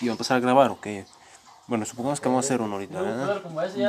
y va a empezar a grabar, ok. Bueno, supongamos que vamos a hacer uno ahorita, ¿verdad? Como ese ya